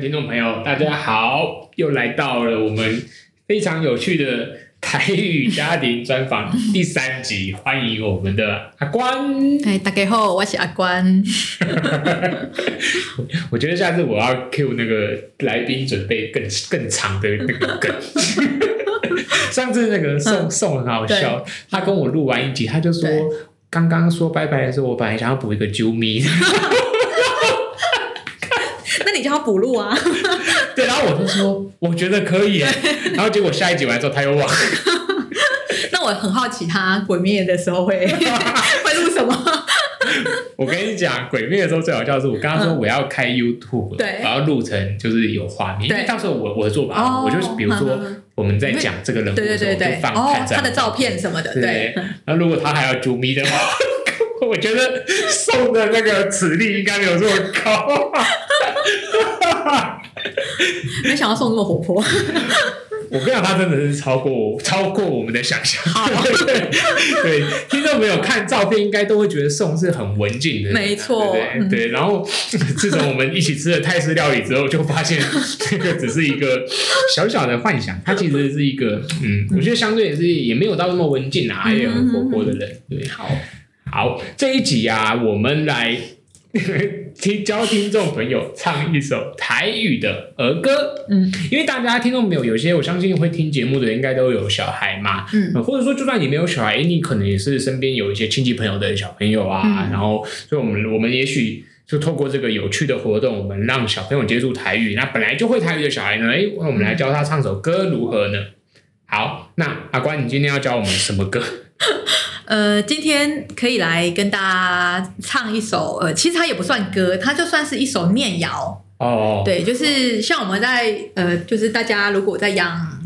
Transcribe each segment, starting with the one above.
听众朋友，大家好，又来到了我们非常有趣的台语家庭专访第三集，欢迎我们的阿关。 哎，大家好，我是阿关。我觉得下次我要 Q 那个来宾，准备更更长的那个梗。 上次那个宋宋很好笑，他跟我录完一集，他就说对刚刚说拜拜的时候，我本来想要补一个啾咪， 那你就要补录啊。 对，然后我就说我觉得可以耶，然后结果下一集完之后他又忘了。 那我很好奇，他鬼灭的时候会 会录 什么？我跟你讲，《鬼灭》的时候最好笑的是，我跟他说嗯我要开 YouTube，、对我要录成就是有画面，因对为到时候我我的做法，哦我就是比如说嗯嗯嗯我们在讲这个人物对的对时候，对我就对，放哦看，这他样的照片什么的，对对，然后如果他还要啾咪的话， 我觉得送的那个指力应该没有这么高。没想到送这么活泼。 我跟你讲，他真的是超过我超过我们的想象。 好对，听众朋友看照片应该都会觉得宋是很文静的人啊，没错对不对嗯对。然后 自从我们一起吃了泰式料理之后，就发现 这个只是一个小小的幻想，他其实是一个，嗯，我觉得相对也是也没有到那么文静啊，嗯也很活泼的人。对，好，好，这一集啊，我们 来听教听众朋友唱一首台语的儿歌。嗯因为大家听众朋友有些，我相信会听节目的人应该都有小孩嘛，嗯呃或者说就算你没有小孩，诶你可能也是身边有一些亲戚朋友的小朋友啊，嗯然后所以我们我们也许。就透过这个有趣的活动，我们让小朋友接触台语。那本来就会台语的小孩呢，诶，那我们来教他唱首歌如何呢？好，那阿关，你今天要教我们什么歌？呃，今天可以来跟大家唱一首，呃，其实它也不算歌，它就算是一首念谣。哦，对，就是像我们在呃，就是大家如果在养，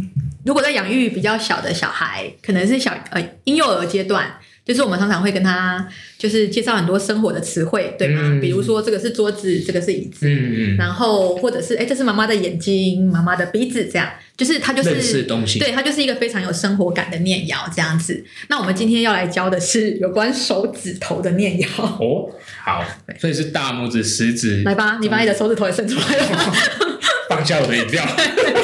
如果在养育比较小的小孩，可能是小呃婴幼儿阶段，就是我们常常会跟他就是介绍很多生活的词汇，对吗？嗯比如说这个是桌子，这个是椅子，嗯嗯，然后或者是哎，这是妈妈的眼睛，妈妈的鼻子，这样，就是他就认识是。东西，对，它就是一个非常有生活感的念谣这样子。那我们今天要来教的是有关手指头的念谣。哦，好，所以是大拇指、食指，来吧，你把你的手指头也伸出来吧。放下我的饮料，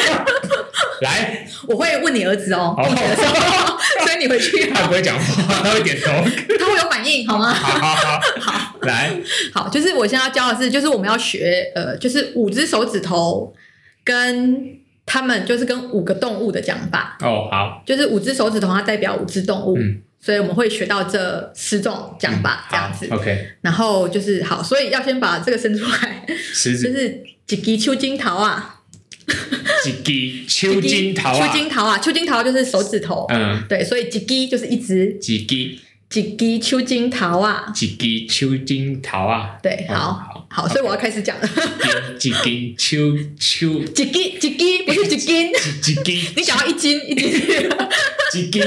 来， 我会问你儿子哦，哦问你的时候， 所以你回去他不会讲话，他会点头，他会有反应 好吗？好好好，来，好，就是我现在要教的是，就是我们要学呃，就是五只手指头跟他们就是跟五个动物的讲法，哦，好，就是五只手指头它代表五只动物，嗯所以我们会学到这十种讲法、这样子。好，OK，然后就是好，所以要先把这个伸出来，食就指、是几滴秋金桃啊，几滴、秋金桃一滴啊秋，金桃啊，秋金桃就是手指头。嗯，对，所以几滴就是一只，几滴、几滴秋金桃啊，几滴秋金桃啊，对，嗯好，好，好，所以我要开始讲了。几滴秋秋几斤几斤不是几斤，几滴你想要一斤一斤，几滴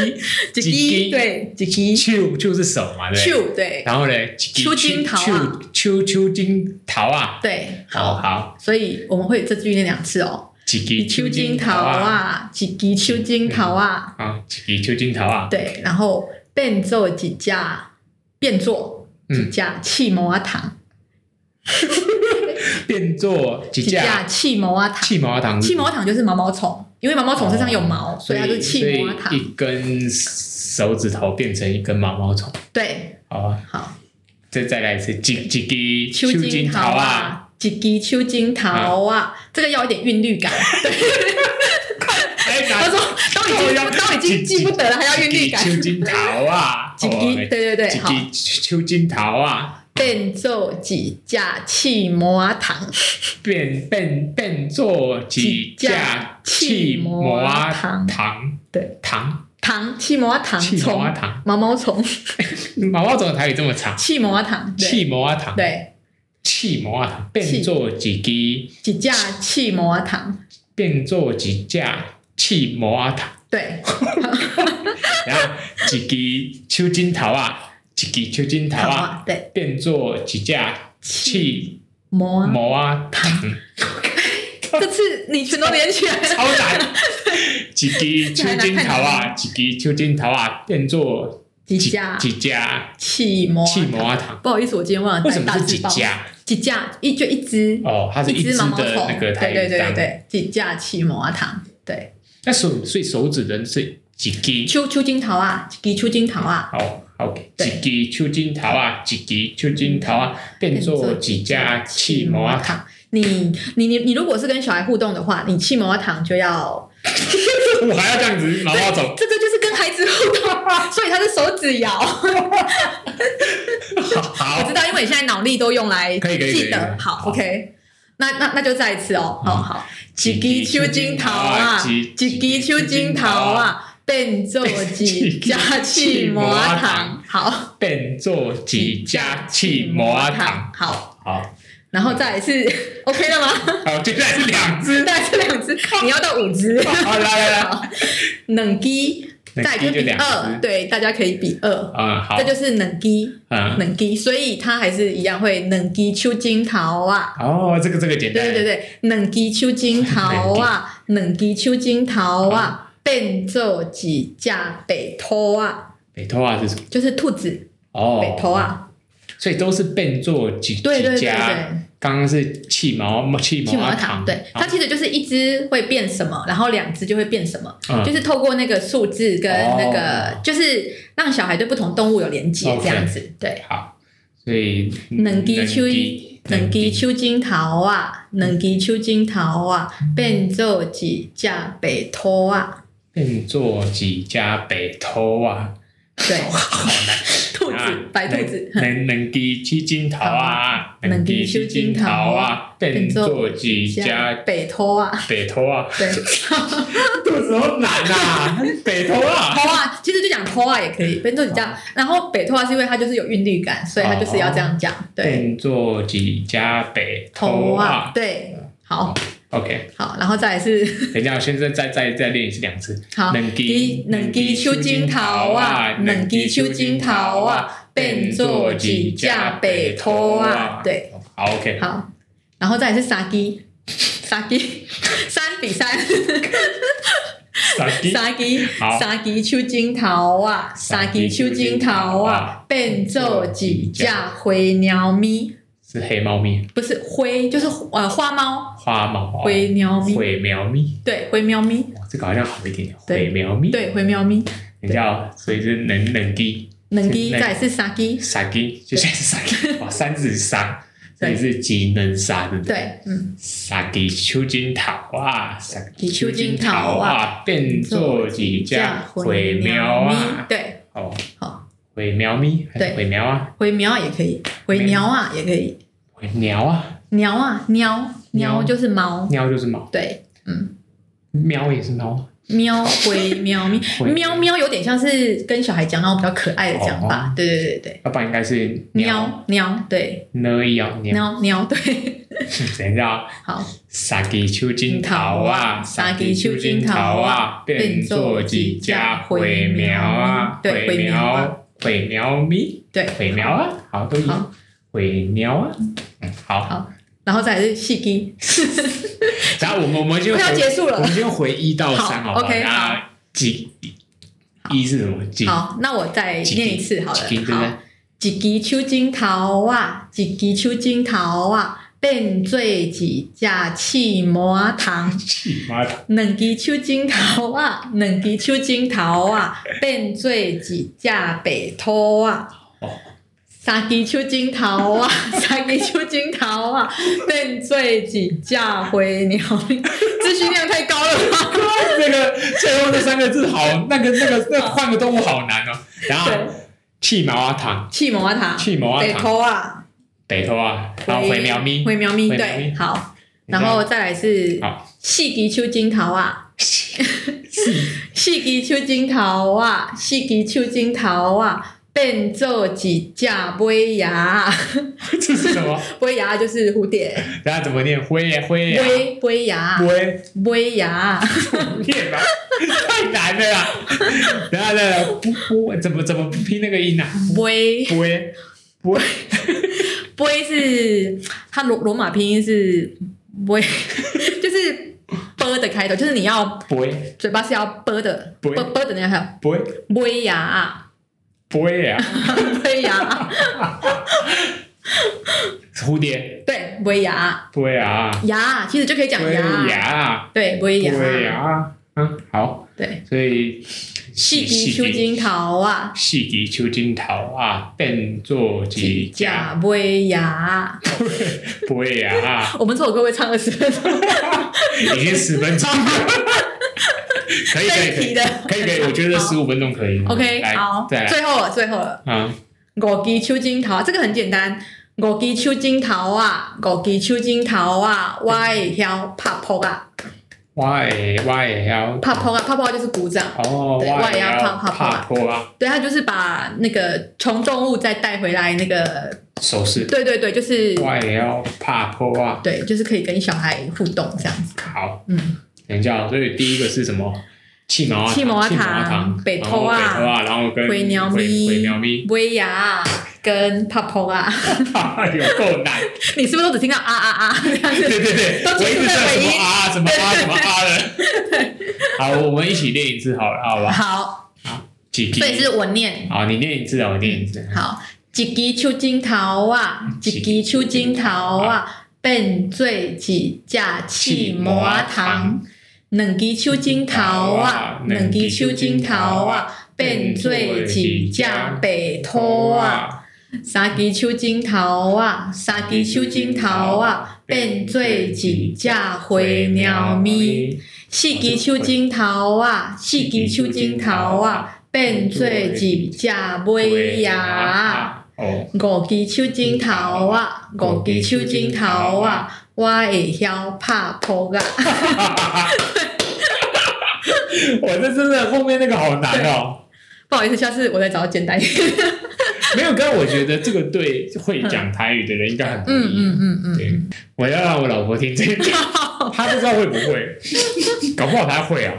几斤对几斤秋就是手嘛， 对不对，秋对然后嘞，几滴秋金桃啊，秋秋秋金桃啊，对好好，好，所以我们会这句念两次哦，几滴一秋金桃，啊，几斤秋金桃啊，啊，几滴秋金桃啊，对，然后变奏几架变奏嗯几架气毛啊糖，变作几几架架气毛啊糖，气毛啊糖，气毛啊糖就是毛毛虫，因为毛毛虫身上有毛，哦所所以以它是气毛所啊以糖，一根手指头变成一根毛毛虫。对，好啊，好，再再来一次，几几滴秋金桃啊，啊，几滴秋金桃啊，这个要有点韵律感。对，哎，他拿说都已经都已经记不得了，还要韵律感。秋金桃啊， 几滴，对对对，好，几滴秋金桃啊，变奏几架气魔糖，变变变作几架气魔啊糖糖对，糖糖气魔糖气魔啊虫，糖，毛毛虫，毛毛虫的台语这么长，气魔糖，对气魔啊糖，对，气魔啊糖，变作几滴，几架气魔糖，变作几架气魔啊糖。对，然后一支手指头啊，一支手指头好啊，啊，对，变作一只气魔，毛啊糖，这次你全都连起来了，超难。一支手指头啊，一支手指头啊，变作几架一只气魔，气毛啊糖。啊不好意思，我今天忘了为带什么啊大是字几报。家？几架一就一只哦，它是一只只毛毛的虫，那个台对语对对这样对，对，几架起毛啊糖，对，那手所以手指的是几滴？秋秋金桃啊，几秋金桃啊，好好，对几滴秋金桃啊，几滴秋金桃啊，变作几家气毛啊 糖。糖。你你你你如果是跟小孩互动的话，你气毛啊糖就哦要，我还要这样子毛毛虫，这个就是跟孩子互动，所以他是手指摇。我好知，道，因为你现在脑力都用来可以可以可以记可得以。好好，OK，那那那就再一次哦。好嗯好，几几支手指支手指头头啊啊，几几支支手手指指头头啊啊，变做几加气魔糖。好，变作啊几家气毛啊糖。。嗯好，好，然后再一次 OK 了吗？好，接下来是两只。再 是两只，你要到五只。好，来来来，好，冷鸡，两再只就就比两只二，对，大家可以比二，嗯，好这，就是冷鸡，嗯，冷鸡，所以它还是一样会冷鸡秋金桃啊。哦，这个这个简单。对对对对，两支手指头 啊，两支手指头啊，变做一只白兔啊，北托啊是什么？就是兔子哦，白兔啊，所以都是变作几对对几对家。对，刚刚是气毛气毛青啊毛糖，糖，对，好它其实就是一只会变什么，然后两只就会变什么，嗯就是透过那个数字跟那哦个，就是让小孩对不同动物有连接 OK 嗯这样子，对。好，所以两支手能指机，两支机手指头啊，两支手指头啊，变做一只白兔啊，变作几家北偷啊， 对，好难，兔子啊，白兔子。能能机七金桃啊，两支七支手金指头桃啊啊，变作几家北托啊，北偷啊， 对，这有什么难啊？ 北偷啊，托啊，其实就讲托啊也可以，变作你哦这样。然后北托啊是因为它就是有韵律感，所以它就是要这样讲， 对，变作几家北偷托啊哦啊，。对，好 OK，好，然后再来是 等一下，我先再再再再练一次两次。好，两支两支手指头啊，两支手指头啊，变作一只白托啊，对，好 OK，好，然后再来是杀鸡， 杀鸡，三比三。三支三支好三支手指头啊，三支手指头啊，变做一只灰猫咪，是黑猫咪，不是灰，就是呃花猫，花猫灰猫咪，哦灰喵咪，对，灰喵咪，哇，这个好像好一点哦点，对灰喵咪，，对，灰喵咪，你知道，所以是能能 低两支那再是三支，傻鸡，就像是傻鸡，哇，三字傻，所对以是技能傻，对不对？对，嗯，傻鸡手指头啊，傻鸡手指指头头啊啊，变做几只灰喵咪啊，对，哦，好，灰喵咪，还是对灰喵啊，灰喵也可以，灰喵啊也可以，灰喵啊，喵啊喵喵喵就是猫，喵就是猫，对，嗯。喵也是猫。喵 灰喵咪灰 喵喵有点像是跟小孩讲那种比较可爱的讲哦法，对对对对，要不然应该是喵喵，对，呢要 喵。喵喵，对，等一下啊，好，三支手指头嗯啊，三支手指头啊，变作一只灰苗啊，灰对灰苗苗啊啊，灰苗咪，对，灰苗啊，好，都一样好，灰苗啊，嗯，好，好然后再来是细鸡，然后我们我们就快要结束了我们就回一到三，好好不好？ OK，然后几一是什么？几好，那我再念一次好了几鸡对，不对好，一支手指头啊，一支手指头啊，变做一只刺魔虫，气妈的，两支手指头啊，两支手指头啊，变做一只白兔啊。哦三支手指头 啊，三支手指头啊，变做一只灰鸟，资讯量太高了吧？这个最后那三个字好，那个那个那个换个动物好难哦。然后对气毛啊糖。气毛啊塔，气毛啊北糖，头啊，北头啊，然后回苗咪，回苗咪回苗咪对，好，然后再来是好四支手指头啊，四支手指头啊，四支手指头啊，变做一只尾牙， 这是什么？尾牙就是蝴蝶，大家怎么念？灰耶灰呀，尾尾牙，灰 尾牙，念吧，太难了啦！然后再来，不不，怎么怎么不拼那个音啊？尾。灰灰， b o 是它罗罗马拼音是 b 就是 b 的开头，就是你要灰嘴巴是要 b 的 Boy b b 的那个灰 b 牙灰呀！ b 牙，蝴蝶，对，不会牙对啊，牙，其实就可以讲对牙，呀，对，不会牙，对呀，嗯，好，对，所以细鼻秋金桃啊，四季秋金桃啊，变作几家假不会牙。不会啊，我们这首歌会唱二十分钟，已经十分钟了， 可以可以可这一以题的可以可以，我觉得好十五分钟可以。 OK，来好再，来最后了，最后了，啊，五支手指头，这个很简单。五支手指头啊，五支手指头啊，我会晓拍扑啊，我也我也要拍扑啊，拍扑啊就是鼓掌。哦，对我也要要胖胖怕坡啊，对，他就是把那个从动物再带回来那个，手势，对对对，就是我也要怕坡啊，对，就是可以跟小孩互动这样子。好，嗯，等一下哦，所以第一个是什么？气毛啊，气毛啊气毛啊糖糖，北然投后啊北投啊，然后跟灰鸟咪灰鸟咪， 威亚跟帕婆啊， 有哎够难，你是不是都只听到啊啊啊这样 对子？对对，都我一记直住在什在尾么音啊什么啊什么啊的。好，我们一起练一次好了，好吧？好，几所以题？是我念。好，你念一次啊，我念一次。好，一支手指头啊，一支手指头啊，变做一只气魔糖。两支手指头啊，两支手指头啊，变做一只白兔啊。三支手指头啊，三支手指头啊，变做一只灰猫咪。四支手指头啊，四支手指头啊，变做一只尾牙。哦，五支手指头啊，五支手指头啊，我会晓拍扑啊。 我这真的后面那个好难哦。不好意思，下次我再找简单一点。 没有，刚我觉得这个对会讲台语的人应该很容嗯易。嗯嗯嗯。对，我要让我老婆听这个，她不知道会不会，搞不好她会啊。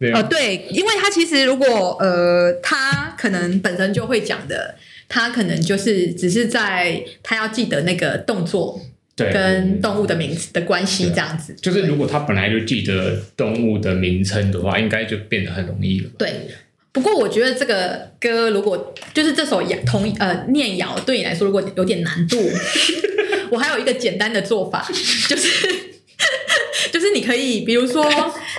对啊 哦，对，因为他其实如果呃，他可能本身就会讲的，他可能就是只是在他要记得那个动作对，跟动物的名字的关系对这样子，就是如果他本来就记得动物的名称的话，应该就变得很容易了。对。不过我觉得这个歌如果就是这首谣同呃念谣对你来说如果有点 难度，我还有一个简单的做法，就是 就是你可以比如说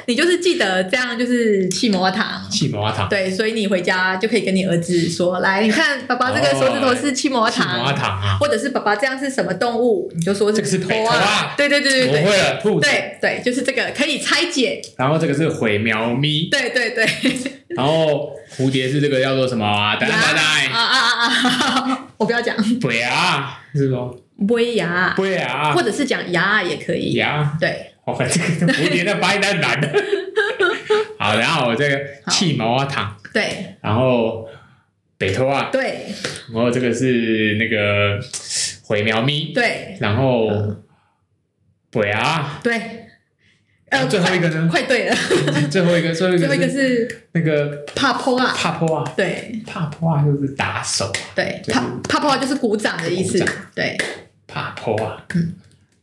你就是记得这样就是气魔糖，气毛糖，对，所以你回家就可以跟你儿子说：“来，你看爸爸这个手指头是七魔气毛糖，糖啊，或者是爸爸这样是什么动物？”你就说这个是北头头啊对对对我对对会了兔子，对对，就是这个可以拆解。然后这个是毁苗咪，对对对， 然后蝴蝶是这个叫做什么啊？哒哒啊哒，啊啊啊！我不要讲鬼啊，是什么？微牙，鬼啊或，者是讲牙也可以。呀，对，哦，这个蝴蝶的发音太难 了。好，然后我这个好气毛啊糖，对然后北头啊，对然后这个是那个毁苗咪，对然后鬼啊，对，那呃，最后一个呢？快对了，最后一个，最后一最后一个个是是那个帕坡啊，帕坡啊，对帕坡啊就是打手啊，对，就是帕帕坡就是鼓掌的意思鼓掌。对，帕坡啊，嗯，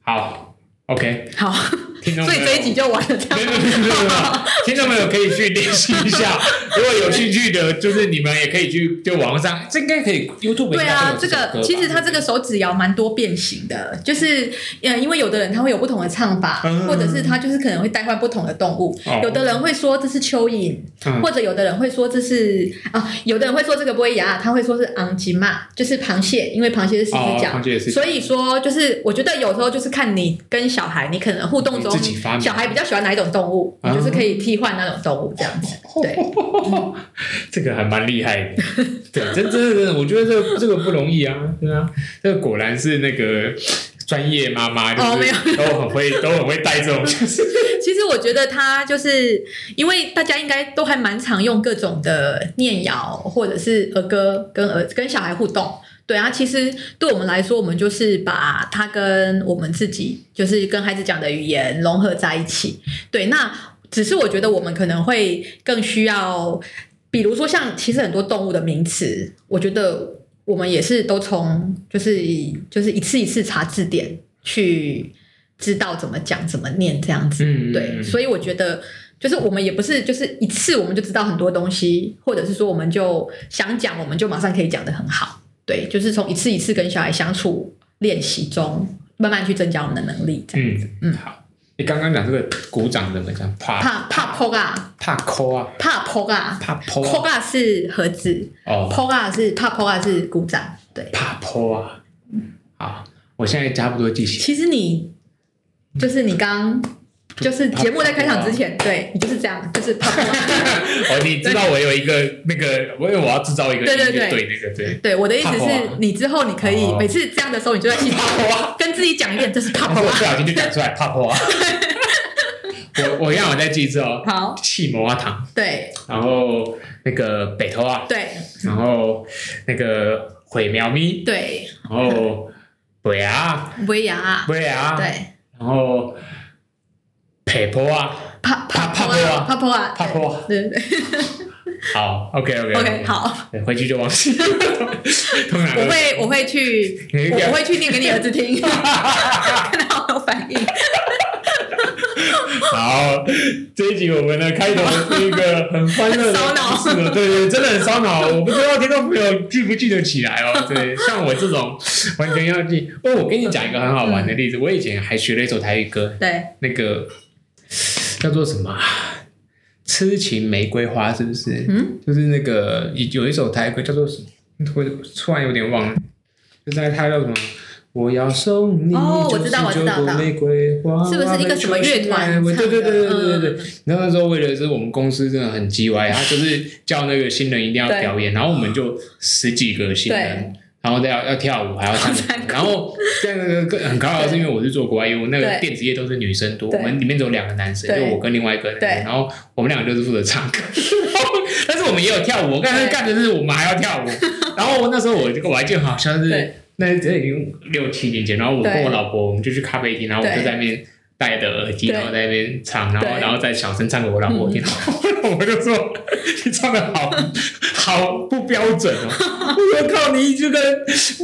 好，OK，好。听众所朋以友，这一集就完了，这没有。样没有没有没有没有，听众朋友可以去练习一下。如果有兴趣的，就是你们也可以去就网上，这应该可以 YouTube 对啊，这个其实他它这个手指谣蛮多变形的，就是呃，因为有的人他会有不同的唱法，嗯或者是他就是可能会代换不同的动物，哦有的人会说这是蚯蚓，嗯或者有的人会说这是啊，有的人会说这个波牙，他会说是昂吉嘛，就是螃蟹，因为螃蟹是四哦只，脚螃。蟹也是，所以说，就是我觉得有时候就是看你跟小孩，你可能互动中你自己发，明小孩比较喜欢哪一种动物，你啊就是可以替换那种动物这样子。对，这个还蛮厉害的，对，真真的真的，我觉得这个这个不容易啊，对啊，这个果然是那个专业妈妈，哦就没是都很会都很会带这种，就是 其实我觉得他就是因为大家应该都还蛮常用各种的念谣或者是儿歌跟儿跟小孩互动。对啊，其实对我们来说，我们就是把它跟我们自己，就是跟孩子讲的语言融合在一起。对，那只是我觉得我们可能会更需要，比如说像其实很多动物的名词，我觉得我们也是都从就是就是一次一次查字典去知道怎么讲怎么念这样子。嗯对，所以我觉得就是我们也不是就是一次我们就知道很多东西，或者是说我们就想讲我们就马上可以讲得很好。对，就是从一次一次跟小孩相处，练习中，慢慢去增加我们的能力。这样嗯嗯，好。你刚刚讲这个鼓掌怎么讲？怕怕怕 p o g a 怕抠啊，怕 p o g a 怕 p 抠 o 啊 g a 是盒子哦， p o g a 是怕 p o g a 是鼓掌。对，怕抠啊。好，我现在差不多记起。其实你就是你刚就是节目在开场之前，对你就是这样，就是怕 p o g a 哦，你知道我有一个那个，我因为我要制造一个对对音乐对对那个对。 对，我的意思怕是破啊，你之后你可以哦每次这样的时候，你就在心里啊跟自己讲一遍，这是怕但是 破我啊。不小心就讲出来，怕 破啊。我我让我再记一次哦，好，气魔啊糖，对然后那个北头啊，对然后那个毁苗咪，对，然后尾啊维牙啊，尾啊，对，然后北坡啊，怕怕怕怕破啊怕破啊，怕破啊对对对好，OK OK ，OK，好，回去就忘记， 通常我都会我会去你我讲我会去念给你儿 子听，看到有反应。好，这一集我们的开头是一个很欢乐的很烧脑故事哦，对对，真的很烧脑。我不知道听众朋友记不记得起来哦。 对，像我这种完全要记。哦，我跟你讲一个很好玩的例子，我以前还学了一首台语歌，对，那个叫做什么啊？痴情玫瑰花是不是？嗯，就是那个有有一首台语歌叫做什么？我突然有点忘了，就在它叫什么？我要送你哦我知道我知道99朵玫瑰花，是不是一个什么乐团我唱的？对对对对对对对嗯。嗯嗯然后那时候为了是我们公司真的很鸡歪，他就是叫那个新人一定要对表演，然后我们就十几个新人，然后再要要跳舞还要 唱好残，酷然后在那个更很高傲是因为我是做国外业务，那个对电子业都是女生多，对我们里面只有两个男生，对就我跟另外一个男对生，然后我们两个就是负责唱歌， 但是我们也有跳舞，我刚才对干的是我们还要跳舞，然后那时候我我还记得很好像是对那这已经六七年前，然后我跟对我老婆我们就去咖啡厅，然后我对就在那边。戴着耳机，对然后在那边唱，然后对嗯然后再小声唱给我老婆听，然后 我老婆就说你唱的好好不标准哦，我说靠你这个，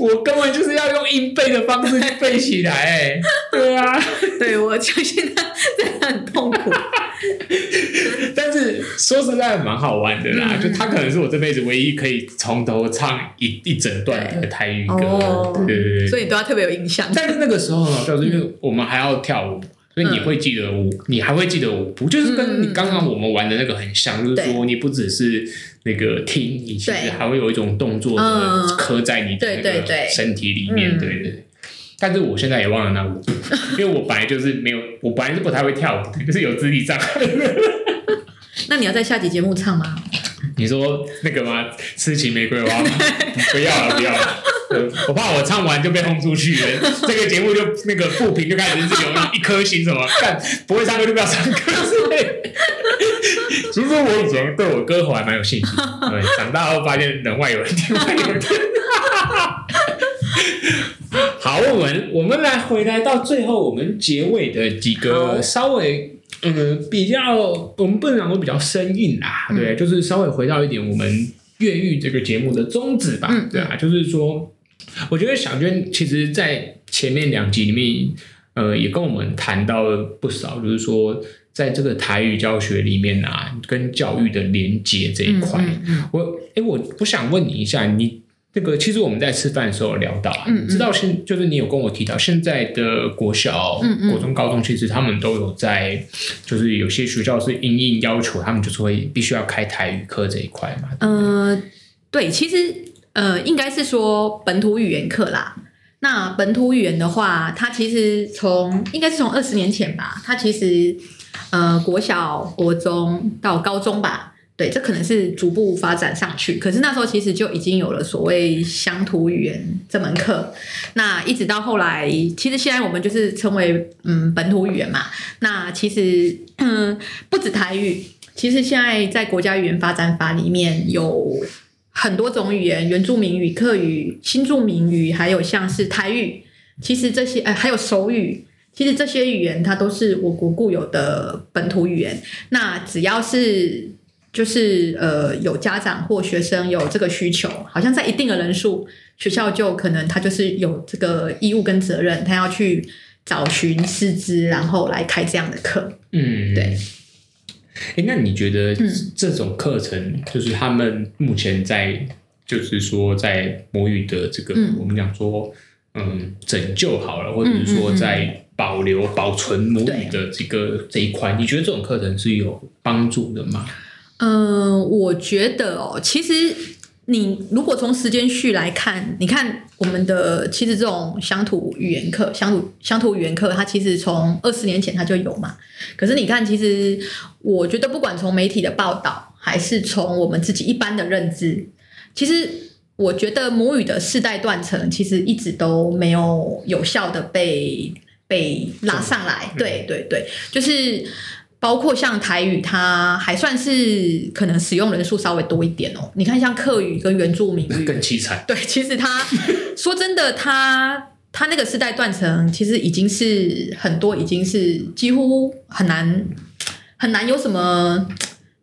我根本就是要用硬背的方式去背起来，哎，对啊，嗯对我相信他真的很痛苦。但是说实在蛮好玩的啦，嗯就他可能是我这辈子唯一可以从头唱一一整段的台语歌，哦对对对所以你对他特别有印象。但是那个时候呢，就是因嗯为我们还要跳舞，所以你会记得舞，你还会记得舞步，就是跟你刚刚我们玩的那个很嗯像，就是说你不只是那个听，你其实对还会有一种动作嗯的刻在你的对那对个对身体里面，嗯对对对。但是我现在也忘了那 舞步，因为我本来就是没有，我本来是不太会跳舞的，就是有肢体障碍。那你要在下集节目唱吗？你说那个吗？痴情玫瑰花吗？不要了，不要了。呃我怕我唱完就被轰出去了，这个节目就那个负评就开始是有一颗星什么干不会唱歌就不要唱歌之类的。其实我以前对我歌喉还蛮有信心，对，长大后发现人外有人， 天外有天。好，我们我们来回来到最后，我们结尾的几个好稍微嗯比较，我们不能讲说比较生硬啦，嗯对，就是稍微回到一点我们越狱这个节目的宗旨吧，嗯对啊，就是说，我觉得小娟其实，在前面两集里面，呃，也跟我们谈到了不少，就是说，在这个台语教学里面啊，跟教育的连接这一块，嗯嗯我哎、我我想问你一下，你那个其实我们在吃饭的时候有聊到啊，嗯嗯你知道现就是你有跟我提到现在的国小、嗯嗯国中、高中，其实他们都有在，就是有些学校是因应要求，他们就是会必须要开台语课这一块嘛。呃，对，其实呃，应该是说本土语言课啦。那本土语言的话，它其实从应该是从二十年前吧，它其实呃国小、国中到高中吧，对，这可能是逐步发展上去。可是那时候其实就已经有了所谓乡土语言这门课，那一直到后来，其实现在我们就是称为嗯本土语言嘛。那其实嗯不止台语，其实现在在国家语言发展法里面有很多种语言，原住民语、客语、新住民语，还有像是台语，其实这些呃还有手语。其实这些语言它都是我国固有的本土语言。那只要是就是呃有家长或学生有这个需求，好像在一定的人数，学校就可能他就是有这个义务跟责任，他要去找寻师资，然后来开这样的课。嗯，对。哎，那你觉得嗯这种课程，就是他们目前在，就是说在母语的这个，嗯我们讲说嗯拯救好了，或者是嗯说在保留、保存母语的这个这一块，你觉得这种课程是有帮助的吗？嗯，我觉得哦，其实你如果从时间序来看，你看我们的其实这种乡土语言课、乡土乡土语言课，它其实从二十年前它就有嘛。可是你看，其实我觉得不管从媒体的报道，还是从我们自己一般的认知，其实我觉得母语的世代断层其实一直都没有有效的被被拉上来。嗯对对对，就是。包括像台语，它还算是可能使用人数稍微多一点哦。你看，像客语跟原住民那语，更凄惨，对，其实他说真的，他他那个世代断层，其实已经是很多，已经是几乎很难很难有什么，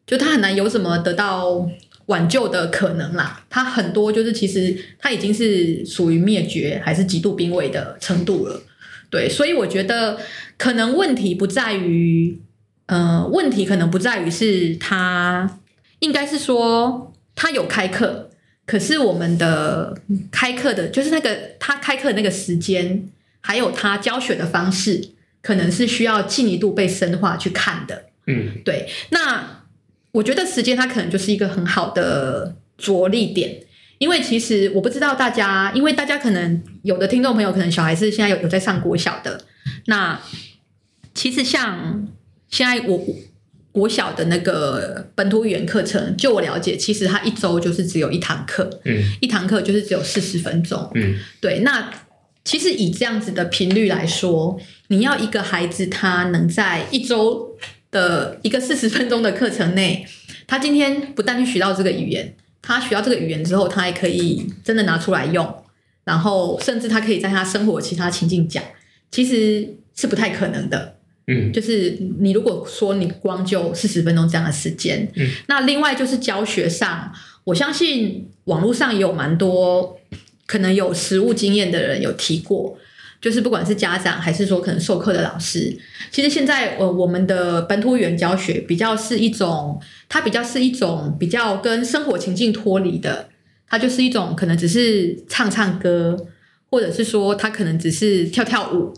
就他很难有什么得到挽救的可能啦。他很多就是其实他已经是属于灭绝还是极度濒危的程度了。对，所以我觉得可能问题不在于，呃，问题可能不在于是他，应该是说他有开课，可是我们的开课的，就是那个他开课的那个时间，还有他教学的方式，可能是需要进一步被深化去看的。嗯，对，那我觉得时间它可能就是一个很好的着力点，因为其实我不知道大家，因为大家可能有的听众朋友可能小孩是现在有有在上国小的，那其实像现在我国小的那个本土语言课程，就我了解，其实它一周就是只有一堂课，嗯一堂课就是只有四十分钟，嗯对，那其实以这样子的频率来说，你要一个孩子他能在一周的一个四十分钟的课程内，他今天不但去学到这个语言，他学到这个语言之后，他还可以真的拿出来用，然后甚至他可以在他生活其他情境讲，其实是不太可能的。嗯就是你如果说你光就四十分钟这样的时间，嗯那另外就是教学上，我相信网络上也有蛮多可能有实务经验的人有提过，就是不管是家长还是说可能授课的老师，其实现在呃我们的本土语言教学比较是一种，它比较是一种比较跟生活情境脱离的，它就是一种可能只是唱唱歌，或者是说他可能只是跳跳舞，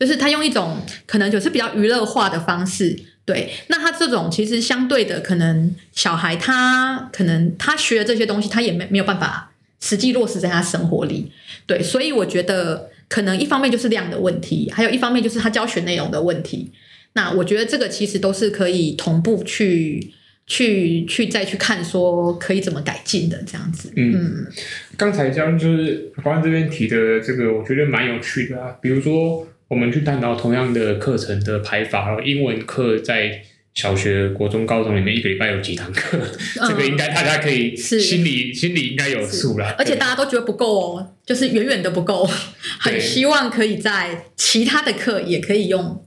就是他用一种可能就是比较娱乐化的方式。对，那他这种其实相对的，可能小孩他可能他学的这些东西，他也没没有办法实际落实在他生活里。对，所以我觉得可能一方面就是量的问题，还有一方面就是他教学内容的问题。那我觉得这个其实都是可以同步去去去再去看，说可以怎么改进的这样子。嗯，刚才将就是法官这边提的这个，我觉得蛮有趣的啊。比如说，我们去探讨同样的课程的排法，然后英文课在小学、国中、高中里面一个礼拜有几堂课，这个应该大家可以是心里心里应该有数啦。而且对大家都觉得不够哦，就是远远的不够，很希望可以在其他的课也可以用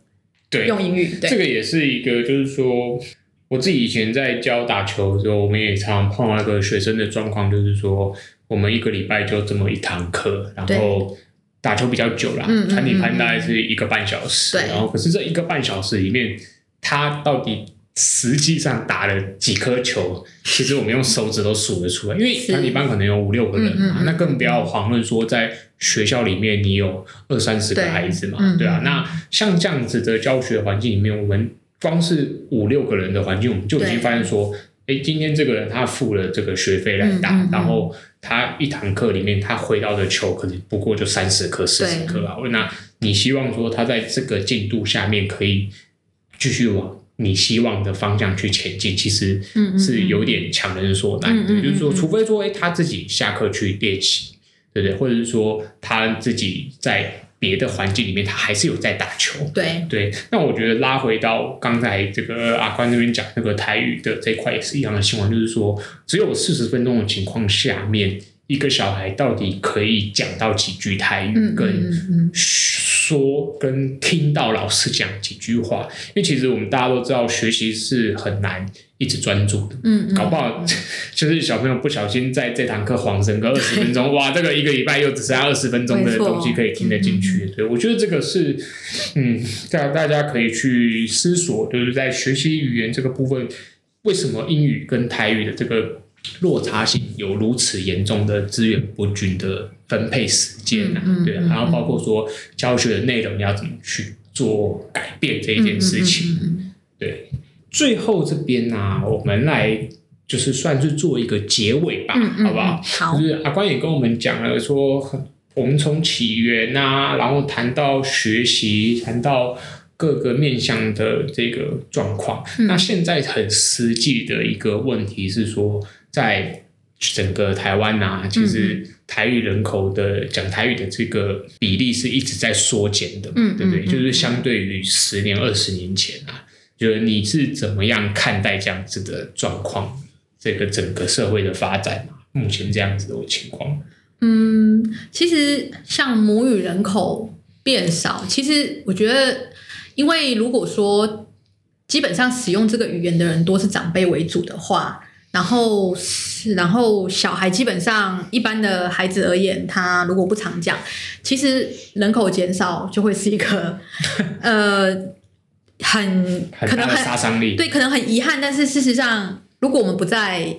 对用英语。这对，个也是一个，就是说，我自己以前在教打球的时候，我们也常碰到一个学生的状况，就是说，我们一个礼拜就这么一堂课，然后打球比较久啦嗯嗯，团体嗯班嗯大概是一个半小时，对然后可是这一个半小时里面，他到底实际上打了几颗球，其实我们用手指都数得出来，因为是团体班可能有五六个人嗯嘛嗯，嗯那更不要遑论说在学校里面你有二三十个对孩子嘛，嗯对啊，嗯那。像这样子的教学环境里面，我们光是五六个人的环境，我们就已经对发现说，哎、今天这个人他付了这个学费来打，嗯嗯嗯然后他一堂课里面他挥到的球可能不过就三十颗、四十颗啊。那你希望说他在这个进度下面可以继续往你希望的方向去前进，其实嗯嗯是有点强人所难的。嗯嗯嗯就是说，嗯嗯除非说，哎、他自己下课去练习，对不对？或者是说他自己在别的环境里面，他还是有在打球。对，对，那我觉得拉回到刚才这个阿宽那边讲那个台语的这一块也是一样的情况，就是说只有四十分钟的情况下面，一个小孩到底可以讲到几句台语，嗯嗯跟嗯嗯，说跟听到老师讲几句话，因为其实我们大家都知道学习是很难一直专注的，嗯嗯，搞不好 就是小朋友不小心在这堂课晃神个二十分 钟，哇，这个一个礼拜又只剩下二十分钟的没错嗯东西可以听得进去。对，我觉得这个是，嗯，大大家可以去思索，就是在学习语言这个部分，为什么英语跟台语的这个落差性有如此严重的资源不均的分配时间啊，嗯嗯对，嗯然后包括说教学的内容要怎么去做改变这一件事情。嗯嗯嗯嗯对，最后这边呢、我们来就是算是做一个结尾吧，嗯嗯嗯好不好？好就，是阿关也跟我们讲了说，我们从起源啊，然后谈到学习，谈到各个面向的这个状况。嗯那现在很实际的一个问题是说，在整个台湾啊，其嗯实台语人口的讲台语的这个比例是一直在缩减的嘛，嗯对不对？嗯嗯就是相对于十年、二十年前啊，就是你是怎么样看待这样子的状况？这个整个社会的发展嘛，目前这样子的情况，嗯，其实像母语人口变少，其实我觉得，因为如果说基本上使用这个语言的人多是长辈为主的话，然后是然后小孩基本上一般的孩子而言，他如果不常讲，其实人口减少就会是一个呃很很大可的能很杀伤力。对，可能很遗憾，但是事实上，如果我们不在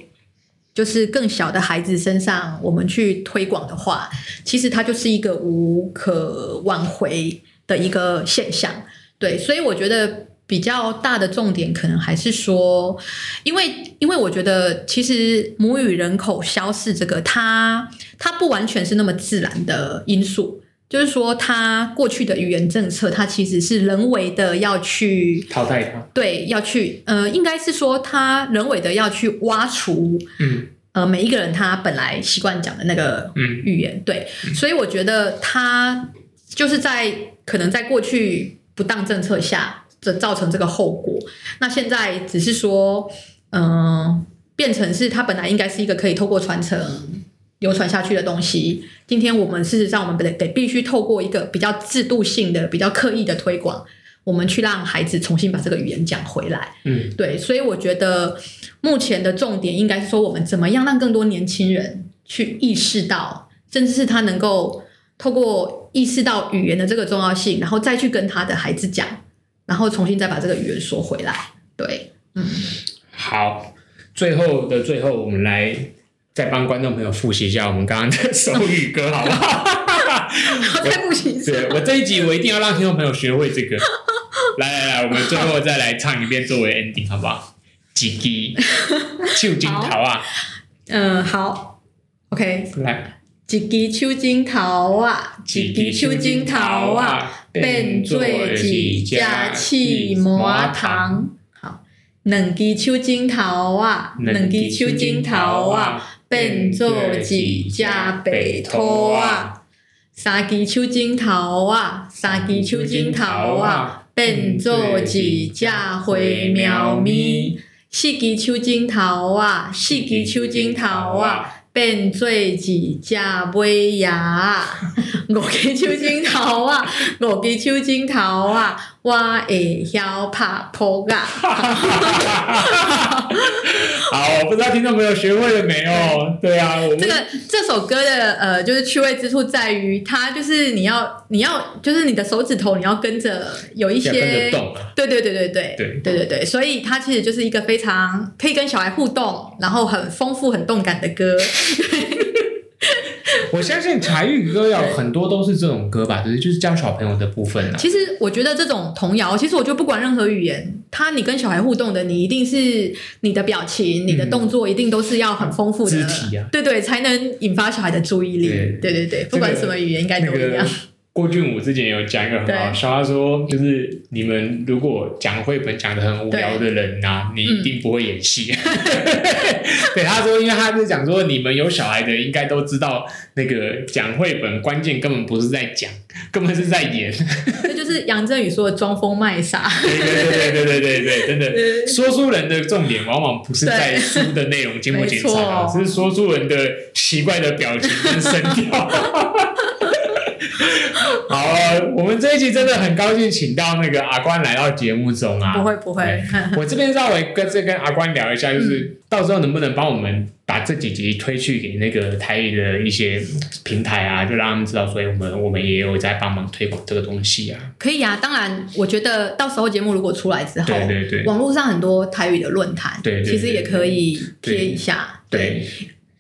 就是更小的孩子身上我们去推广的话，其实它就是一个无可挽回的一个现象。对，所以我觉得比较大的重点可能还是说，因为因为我觉得其实母语人口消逝这个，它它不完全是那么自然的因素。就是说，它过去的语言政策，它其实是人为的要去淘汰它，对，要去呃，应该是说他人为的要去挖除嗯呃每一个人他本来习惯讲的那个嗯语言，对，所以我觉得他就是在可能在过去不当政策下这造成这个后果，那现在只是说嗯、呃变成是他本来应该是一个可以透过传承。流传下去的东西，今天我们事实上我们得得必须透过一个比较制度性的、比较刻意的推广，我们去让孩子重新把这个语言讲回来。嗯对，所以我觉得目前的重点应该是说，我们怎么样让更多年轻人去意识到，甚至是他能够透过意识到语言的这个重要性，然后再去跟他的孩子讲，然后重新再把这个语言说回来。对，好。最后的最后，我们来再帮观众朋友复习一下我们刚刚的手语歌，好不 好？然后再不行对我这一集，我一定要让听众朋友学会这个。来来来，我们最后再来唱一遍作为 ending，好不好？几 滴旧金桃啊，嗯，好，OK，来，一支手指头啊，一支手指头啊。，变做一只刺麻糖。好，两支手指头啊，两支手指头啊，变做一只白兔啊。三支手指头啊，三支手指头啊，变做一只灰猫咪。四支手指头啊，四支手指头啊。变做一只尾牙，五支手指头啊，五支手指头啊，我会晓拍啊扑克。 好，我不知道听众朋友学会了没有？对啊，我们这个这首歌的呃，就是趣味之处在于，它就是你要你要就是你的手指头你要跟着有一要跟着些。动啊，对对对对对对对对对，所以它其实就是一个非常可以跟小孩互动，然后很丰富、很动感的歌。我相信台语歌要很多都是这种歌吧，只是就是教小朋友的部分啊。其实我觉得这种童谣，其实我觉得不管任何语言，它你跟小孩互动的，你一定是你的表情、你的动作，一定都是要很丰富的肢体啊对对，才能引发小孩的注意力。对对对对，不管什么语言，应该那都一个样。郭俊武之前有讲一个很好笑，他说就是你们如果讲绘本讲的很无聊的人呐、你一定不会演戏。嗯 对，他说，因为他是讲说你们有小孩的应该都知道，那个讲绘本关键根本不是在讲，根本是在演。 这就是杨振宇说的装疯卖傻。对对对对对对对，真的。对说书人的重点往往不是在对书的内容精不精彩啊，没错只是说书人的奇怪的表情跟声调。 好了，我们这一集真的很高兴，请到那个阿关来到节目中啊。不会不会，对我这边稍微跟这跟阿关聊一下，就嗯是到时候能不能帮我们把这几集推去给那个台语的一些平台啊，就让他们知道，所以我们我们也有在帮忙推广这个东西啊。可以啊。当然，我觉得到时候节目如果出来之后，对对对网络上很多台语的论坛，对对对其实也可以贴一下。对，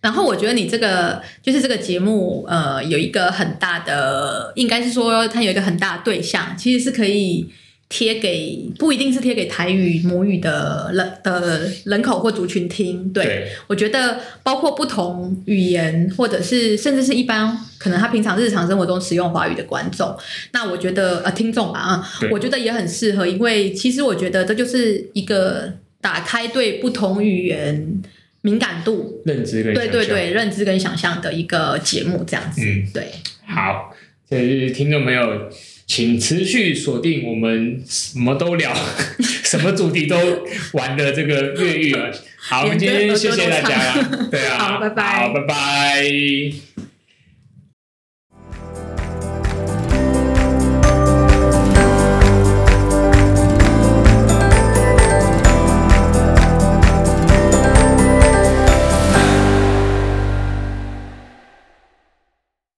然后我觉得你这个就是这个节目，呃，有一个很大的，应该是说它有一个很大的对象，其实是可以贴给不一定是贴给台语母语的人的人口或族群听。对，对我觉得包括不同语言，或者是甚至是一般可能他平常日常生活中使用华语的观众，那我觉得呃听众吧啊对，我觉得也很适合，因为其实我觉得这就是一个打开对不同语言敏感度，认知跟对对想象对，认知跟想象的一个节目这样子，嗯对，好，这是听众朋友，请持续锁定我们什么都聊， 什么主题都玩的这个越狱了。好，我们今天谢谢大家啦，对啊，好拜拜好，拜拜。